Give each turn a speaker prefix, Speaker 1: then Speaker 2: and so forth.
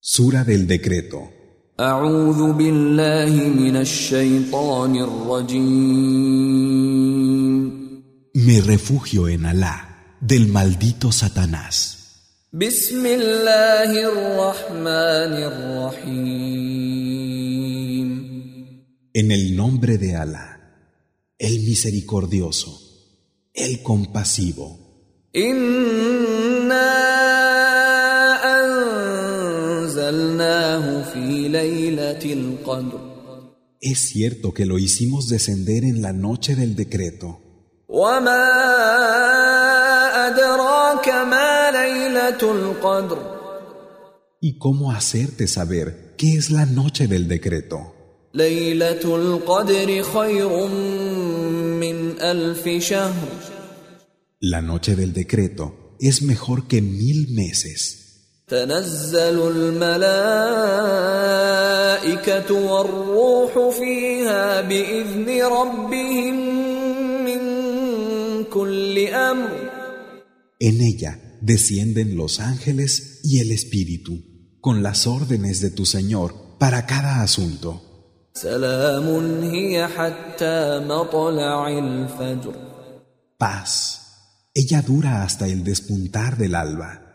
Speaker 1: Sura del decreto.
Speaker 2: أعوذ بالله من الشيطان الرجيم
Speaker 1: Me refugio en Alá, del maldito Satanás.
Speaker 2: بسم الله الرحمن الرحيم
Speaker 1: En el nombre de Alá, el misericordioso, el compasivo.
Speaker 2: إنا أنزلناه في ليلة القدر
Speaker 1: Es cierto que lo hicimos descender en la noche del decreto.
Speaker 2: وما أدراك ما ليلة القدر
Speaker 1: ¿Y cómo hacerte saber qué es la noche del decreto?
Speaker 2: ليلة القدر خير من ألف شهر
Speaker 1: La noche del decreto es mejor que mil meses.
Speaker 2: تنزل الملائكة والروح فيها بإذن ربهم من كل أمر
Speaker 1: En ella descienden los ángeles y el Espíritu, con las órdenes de tu Señor para cada asunto.
Speaker 2: سلام هي حتى مطلع الفجر
Speaker 1: Paz. Ella dura hasta el despuntar del alba.